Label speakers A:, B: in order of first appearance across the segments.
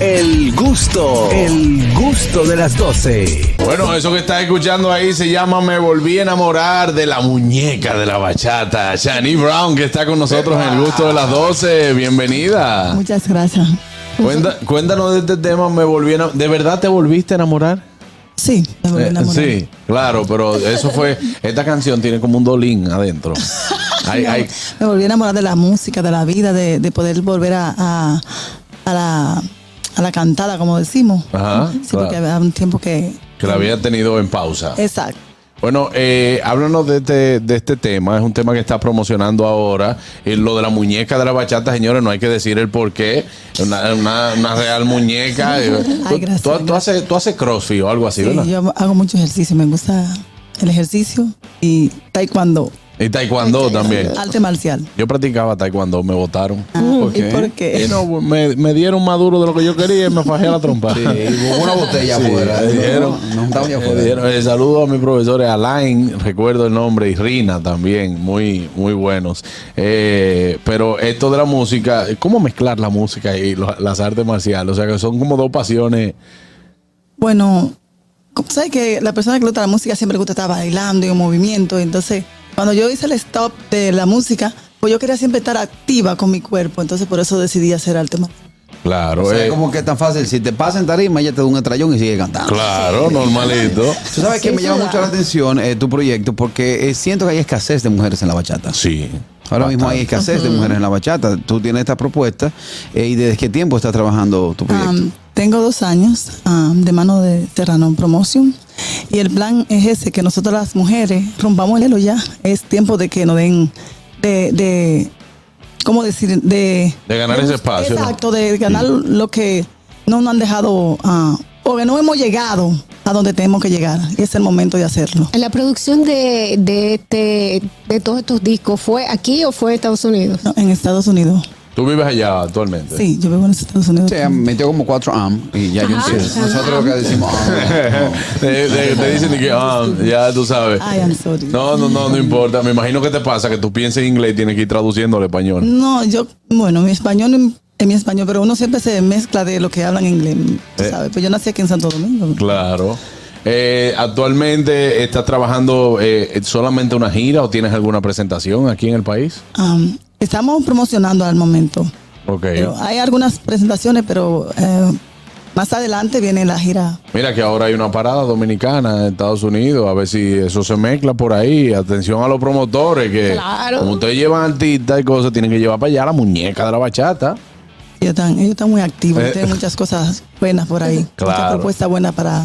A: El gusto, el gusto de las 12.
B: Bueno, eso que estás escuchando ahí se llama Me volví a enamorar de la muñeca de la bachata, Shani Brown, que está con nosotros en el gusto de las 12. Bienvenida.
C: Muchas gracias.
B: Cuenta- cuéntanos de este tema, Me volví a enamorar. ¿De verdad te volviste a enamorar?
C: Sí, me volví a
B: Eh,
C: enamorar.
B: sí, claro, pero eso fue. Esta canción tiene como un dolín adentro. Hay,
C: Me-
B: hay-
C: Me volví a enamorar de la música, de la vida, de, de poder volver a, a, a la, a la cantada, como decimos.
B: Ajá,
C: sí,
B: claro.
C: porque había un tiempo que...
B: que la había tenido en pausa.
C: Exacto.
B: Bueno, eh, háblanos de este, de este tema. Es un tema que está promocionando ahora. Eh, lo de la muñeca de la bachata, señores, no hay que decir el por qué. Una, una- una real muñeca. Eh, tú,
C: gracias,
B: tú- tú haces, tú haces crossfit o algo así,
C: Sí,
B: ¿verdad?
C: yo hago mucho ejercicio, me gusta el ejercicio y taekwondo,
B: Y taekwondo también.
C: arte marcial.
B: Yo practicaba taekwondo, me votaron.
C: Ah, ¿Y por qué?
B: no, me, me dieron más duro de lo que yo quería y me fajé la trompa.
D: con una botella
B: Sí,
D: afuera.
B: me dieron.
D: No, no, un tamaño
B: me
D: afuera.
B: dieron. Eh, saludo a mis profesores Alain, recuerdo el nombre, y Rina también, muy, muy buenos. Eh, pero esto de la música, ¿cómo mezclar la música y lo- las artes marciales? O sea, que son como dos pasiones.
C: Bueno, como sabes que la persona que le gusta la música siempre le gusta estar bailando y en movimiento. Entonces, cuando yo hice el stop de la música, pues yo quería siempre estar activa con mi cuerpo. Entonces, por eso decidí hacer arte marcial.
B: Claro,
D: O sea,
B: eh,
D: como que es tan fácil. Si te pasa en tarima, ella te da un estrellón y sigue cantando.
B: claro, normalito.
D: Tú sabes que
C: Sí,
D: me llama
C: eso
D: mucho
C: da.
D: la atención eh, tu proyecto porque eh, siento que hay escasez de mujeres en la bachata.
B: Sí.
D: Ahora mismo hay escasez de mujeres en la bachata. Tú tienes esta propuesta eh, y desde qué tiempo estás trabajando
C: Um,
D: tu proyecto.
C: Am, tengo dos años am, de mano de Serrano Promotion. Y el plan es ese, que nosotros las mujeres rompamos el elo ya. Es tiempo de que nos den, de, de ¿cómo decir? De,
B: De ganar ese espacio. Mm.
C: Exacto, de ganar lo que no nos han dejado, ah, o que no hemos llegado a donde tenemos que llegar. Y es el momento de hacerlo.
E: ¿La producción de, de, este- de todos estos discos fue aquí o fue en Estados Unidos?
C: No, en Estados Unidos.
B: Tú vives allá actualmente.
C: Sí, yo vivo en los Estados Unidos.
D: Sí, metió como cuatro am y ya yo
E: Ajá.
D: entiendo. Nosotros lo que decimos "Ah, am, am.
B: Te, te- te dicen de que, ah, ya tú sabes.
C: Ay, I'm sorry.
B: No, no, no, no importa. Me imagino que te pasa que tú pienses en inglés y tienes que ir traduciendo al español.
C: No, yo, bueno, mi español es mi español, pero uno siempre se mezcla de lo que hablan en inglés, tú
B: Eh.
C: ¿sabes? Pues yo nací aquí en Santo Domingo.
B: Claro. Eh, ¿Actualmente estás trabajando eh, solamente una gira o tienes alguna presentación aquí en el país?
C: Am, estamos promocionando al momento.
B: Ok.
C: Pero hay algunas presentaciones, pero eh, más adelante viene la gira.
B: Mira que ahora hay una parada dominicana en Estados Unidos, a ver si eso se mezcla por ahí. Atención a los promotores que
E: Claro.
B: como ustedes llevan artistas y cosas, tienen que llevar para allá la muñeca de la bachata.
C: Ellos están, ellos están muy activos,
B: Eh.
C: tienen muchas cosas buenas por ahí.
B: Claro.
C: Muchas propuestas buenas para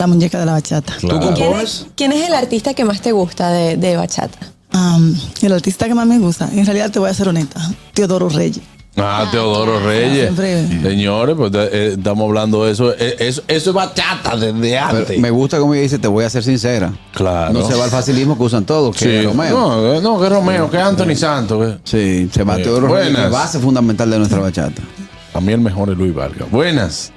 C: la muñeca de la bachata.
B: Claro.
F: ¿Quién es, quién es el artista que más te gusta de, de bachata?
C: Am, el artista que más me gusta, en realidad te voy a ser honesta, Teodoro Reyes.
B: Ah, Teodoro Reyes.
C: siempre.
B: Señores, pues eh, estamos hablando de eso. Eh, Eso, eso es bachata desde antes.
D: Pero me gusta como ella dice, te voy a ser sincera.
B: Claro.
D: No se va al facilismo que usan todos, que
B: Sí.
D: es Romeo.
B: No, eh, no, que Romeo, que Anthony Santos. que-
D: Sí, se
B: Eh,
D: bateó Teodoro Reyes,
B: buenas.
D: la base fundamental de nuestra bachata.
B: A mí el mejor es Luis Vargas. Buenas.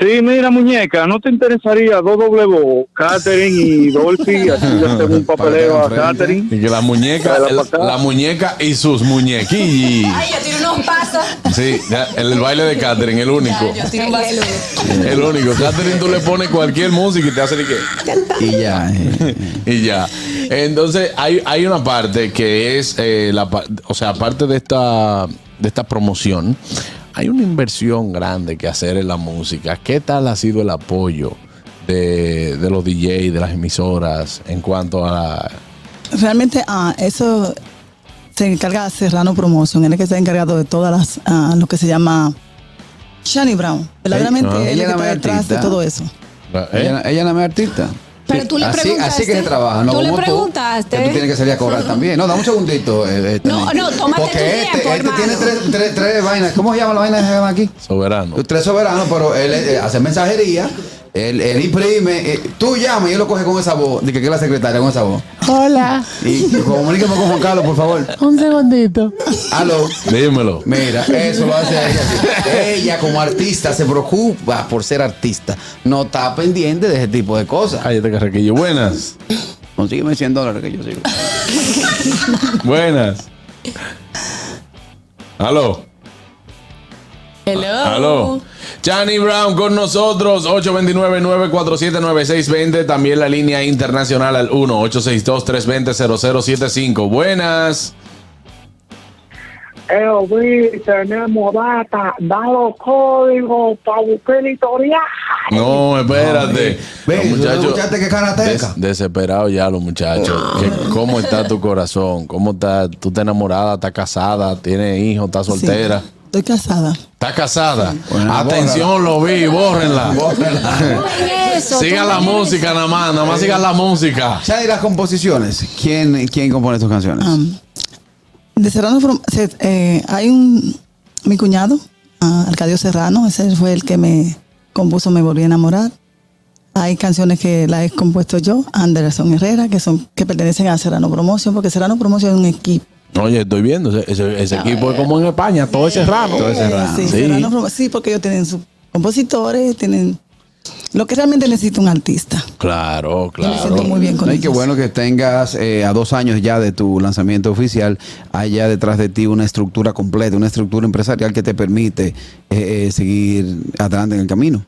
G: Sí, mira, muñeca, ¿no te interesaría dos doble bo, Catherine y Dolphy? Así le hacemos un papeleo a Catherine.
B: Y que la muñeca,
G: Dale
B: el-
G: pa' acá.
B: la muñeca y sus muñequillos.
F: yo tiro unos pasos.
B: Sí, ya, el, el baile de Catherine, el único.
F: tiro
B: El único. Catherine, tú le pones cualquier música y te hace de que.
D: Y ya. eh.
B: y ya. Entonces, hay, hay una parte que es, eh, la, pa- o sea, aparte de esta, de esta promoción, hay una inversión grande que hacer en la música. ¿Qué tal ha sido el apoyo de, de los DJs, de las emisoras, en cuanto a... la-
C: Realmente ah, eso se encarga Serrano Promotion, él es que está encargado de todas las, ah, lo que se llama Shani Brown. Verdaderamente
B: ah.
C: él es
D: Ella
C: el que
D: es
C: está
D: la
C: detrás de
D: artista.
C: todo eso.
B: la- eh?
D: Ella, ella no es artista.
E: Pero tú le
D: así,
E: preguntaste.
D: Así que se trabaja, ¿no?
E: Tú le
D: como
E: preguntaste.
D: que tú tienes que salir a cobrar también. No, dame un segundito. eh, eh,
E: No,
D: Tony.
E: no, tómate
D: Porque
E: tu
D: este,
E: tiempo,
D: este tiene
E: hermano.
D: tres, tres, tres vainas. ¿Cómo se llama la vaina que se llama aquí?
B: Soberano.
D: Los tres soberanos, pero él eh, hace mensajería. Él, él imprime, eh, tú llamas y él lo coge con esa voz. Dice que es la secretaria con esa voz.
E: Hola.
D: Y comuníqueme con Juan Carlos, por favor.
E: Un segundito.
D: Aló.
B: Dímelo.
D: Mira, eso lo hace ella. Ella como artista se preocupa por ser artista. No está pendiente de ese tipo de cosas.
B: Cállate, Carraquillo. Buenas.
D: Consígueme 100 dólares que yo sigo.
B: Buenas. Aló.
F: Hello.
B: Aló. Johnny Brown con nosotros, 829-947-9620. También la línea internacional al 1-862-320-0075. Buenas.
H: Eh, Luis, tenemos data, da los códigos para buscar editorial.
B: No, espérate.
D: Ve,
B: Los
D: ¿tú no
B: muchachos-
D: escuchaste que Karateka?
B: Des- desesperado ya los muchachos. Que- ¿Cómo está tu corazón? ¿Cómo está? ¿Tú estás enamorada? ¿Estás casada? ¿Tienes hijos? ¿Estás
C: Sí,
B: soltera?
C: estoy casada.
B: ¿Estás casada?
D: Bueno,
B: Atención, lo vi, bórrenla.
E: Eso,
B: Siga
E: tú
B: la
E: no eres-
B: música nada más, nada más siga la música.
D: Ya de las composiciones, ¿quién, quién compone tus canciones?
C: Am, de Serrano, Form- se- eh, hay un, mi cuñado, ah, Arcadio Serrano, ese fue el que me compuso Me Volví a Enamorar. Hay canciones que las he compuesto yo, Anderson Herrera, que son que pertenecen a Serrano Promoción, porque Serrano Promoción es un equipo.
B: Oye, estoy viendo, ese, ese- ese equipo es como en España, todo es serrano.
D: Todo es serrano.
C: Sí,
B: Sí.
C: Serrano Promo- sí, porque ellos tienen sus compositores, tienen lo que realmente necesita un artista.
B: Claro,
C: Me
B: claro.
C: siento muy bien con
D: No, y
C: ellos.
D: qué bueno que tengas eh, a dos años ya de tu lanzamiento oficial, haya detrás de ti una estructura completa, una estructura empresarial que te permite eh, eh, seguir adelante en el camino.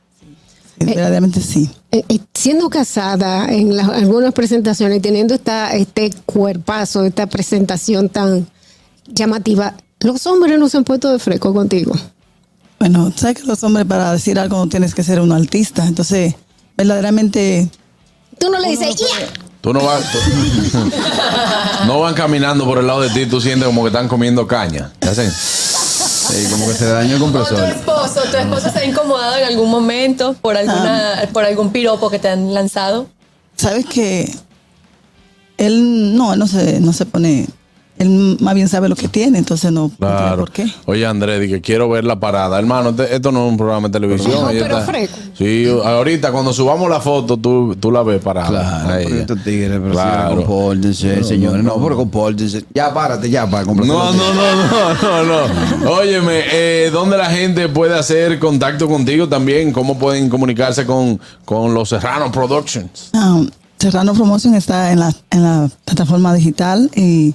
C: Sí, Verdaderamente sí.
E: Eh, eh, siendo casada en la- algunas presentaciones, teniendo esta, este cuerpazo, esta presentación tan llamativa, los hombres no se han puesto de fresco contigo.
C: Bueno, sabes que los hombres para decir algo no tienes que ser un artista, entonces verdaderamente
E: Tú no le dices, "Ya".
B: Tú no vas. tú- no van caminando por el lado de ti, tú sientes como que están comiendo caña. ¿Te hacen?
D: Sí, Eh, como que se dañó el
F: O tu
D: compresor.
F: esposo, tu esposo se ha incomodado en algún momento por alguna, por algún piropo que te han lanzado.
C: sabes que él no, él no se, no se pone, él más bien sabe lo que tiene, entonces no, no tiene
B: Claro.
C: por qué.
B: Oye, Andrés, dije, quiero ver la parada. Hermano, te- esto no es un programa de televisión.
E: No,
B: ahí
E: pero
B: está.
E: fresco.
B: Sí, ahorita cuando subamos la foto, tú, tú la ves parada.
D: Claro,
B: Ahí.
D: pero estos tigres, pero
B: Claro.
D: señores, compórtense, señores. No, pero compórtense. Ya párate, ya para complacer a
B: No,
D: los
B: no, no, no, no, no. Óyeme, eh, ¿dónde la gente puede hacer contacto contigo también? ¿Cómo pueden comunicarse con, con los Serrano Productions?
C: Ah, Serrano Promotion está en la, en la plataforma digital y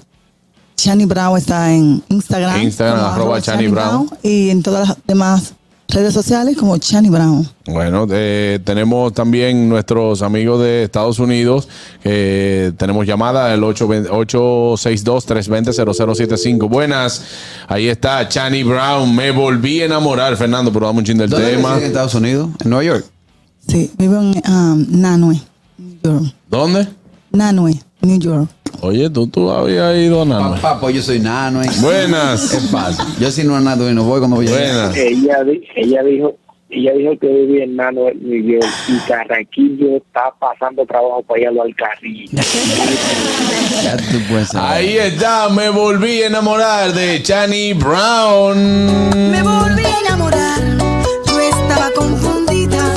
C: Chani Brown está en Instagram.
B: Instagram,
C: como
B: arroba Chani Brown.
C: Y en todas las demás redes sociales como Chani Brown.
B: Bueno, eh, tenemos también nuestros amigos de Estados Unidos. eh, tenemos llamada al 862-320-0075. Buenas. Ahí está Chani Brown. Me volví a enamorar, Fernando, pero dame un chin del
D: ¿Dónde
B: tema.
D: reside en Estados Unidos? ¿En Nueva York?
C: Sí, vivo en ah, Nanue, New York.
B: ¿Dónde?
C: Nanue, New York.
B: Oye, tú, tú habías ido a Nanue.
D: Papá, pues yo soy nano. ¿eh?
B: Ah, Buenas.
D: ¿Qué pasa? Yo si no nano y no voy cuando voy a
B: Buenas.
H: Ella, di- ella dijo ella dijo que vivía en Nano, New York, y Carraquillo está pasando trabajo para llevarlo al carril.
D: Ya tú puedes saber.
B: Ahí está, me volví a enamorar de Chani Brown.
I: Me volví a enamorar, yo estaba confundida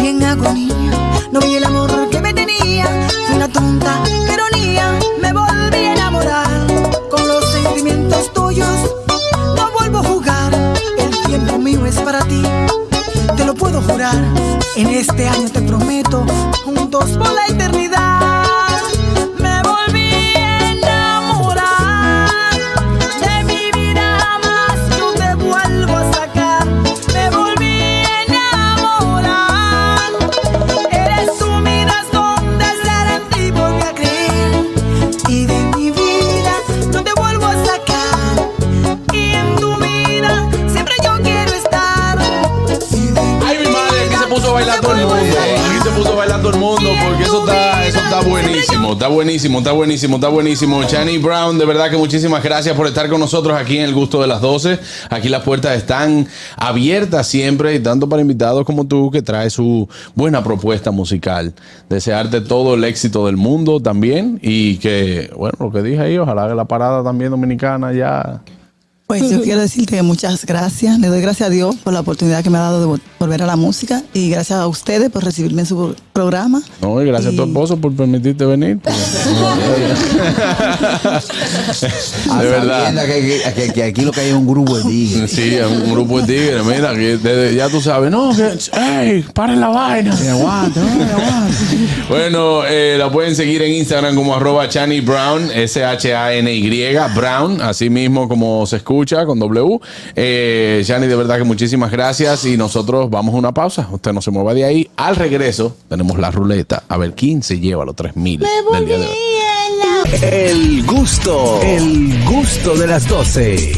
I: y en agonía. No vi el amor que me tenía, fue una tonta ironía. Me volví a enamorar con los sentimientos tuyos. No vuelvo a jugar, el tiempo mío es para ti, te lo puedo jurar. En este año te prometo, juntos por la eternidad. Me volví a enamorar de mi vida jamás yo te vuelvo a sacar. Me volví a enamorar. Eres tú miras donde seré en ti volví a creer. Y de mi vida no te vuelvo a sacar. Y en tu vida siempre yo quiero estar. Y de mi
B: Ay, mi madre, aquí se puso a bailar todo el mundo. Aquí se puso a bailar todo el mundo porque eso está, eso está buenísimo. Está buenísimo, está buenísimo, está buenísimo. Chani Brown, de verdad que muchísimas gracias por estar con nosotros aquí en El Gusto de las 12. Aquí las puertas están abiertas siempre, y tanto para invitados como tú, que trae su buena propuesta musical. Desearte todo el éxito del mundo también y que, bueno, lo que dije ahí, ojalá que la parada también dominicana ya.
C: Pues yo quiero decirte que muchas gracias. Le doy gracias a Dios por la oportunidad que me ha dado de vol- volver a la música y gracias a ustedes por recibirme en su programa.
B: No, y gracias a tu
C: Y-
B: esposo por permitirte venir. pues.
D: A
B: de
D: sabiendas
B: verdad.
D: Que, que- que- que aquí lo que hay es un grupo de tigres.
B: Sí, es un grupo de tigres, mira, que desde- ya tú sabes, no, que, ¡ey! ¡Paren la vaina!
D: Que aguante, hombre, aguante.
B: Bueno, eh, la pueden seguir en Instagram como arroba Chani Brown, S-H-A-N-Y, Brown, así mismo como se escucha con W. Eh, Shani, de verdad que muchísimas gracias. Y nosotros vamos a una pausa. Usted no se mueva de ahí. Al regreso, tenemos la ruleta. A ver quién se lleva los 3000 del día de hoy.
A: El gusto, el gusto de las 12.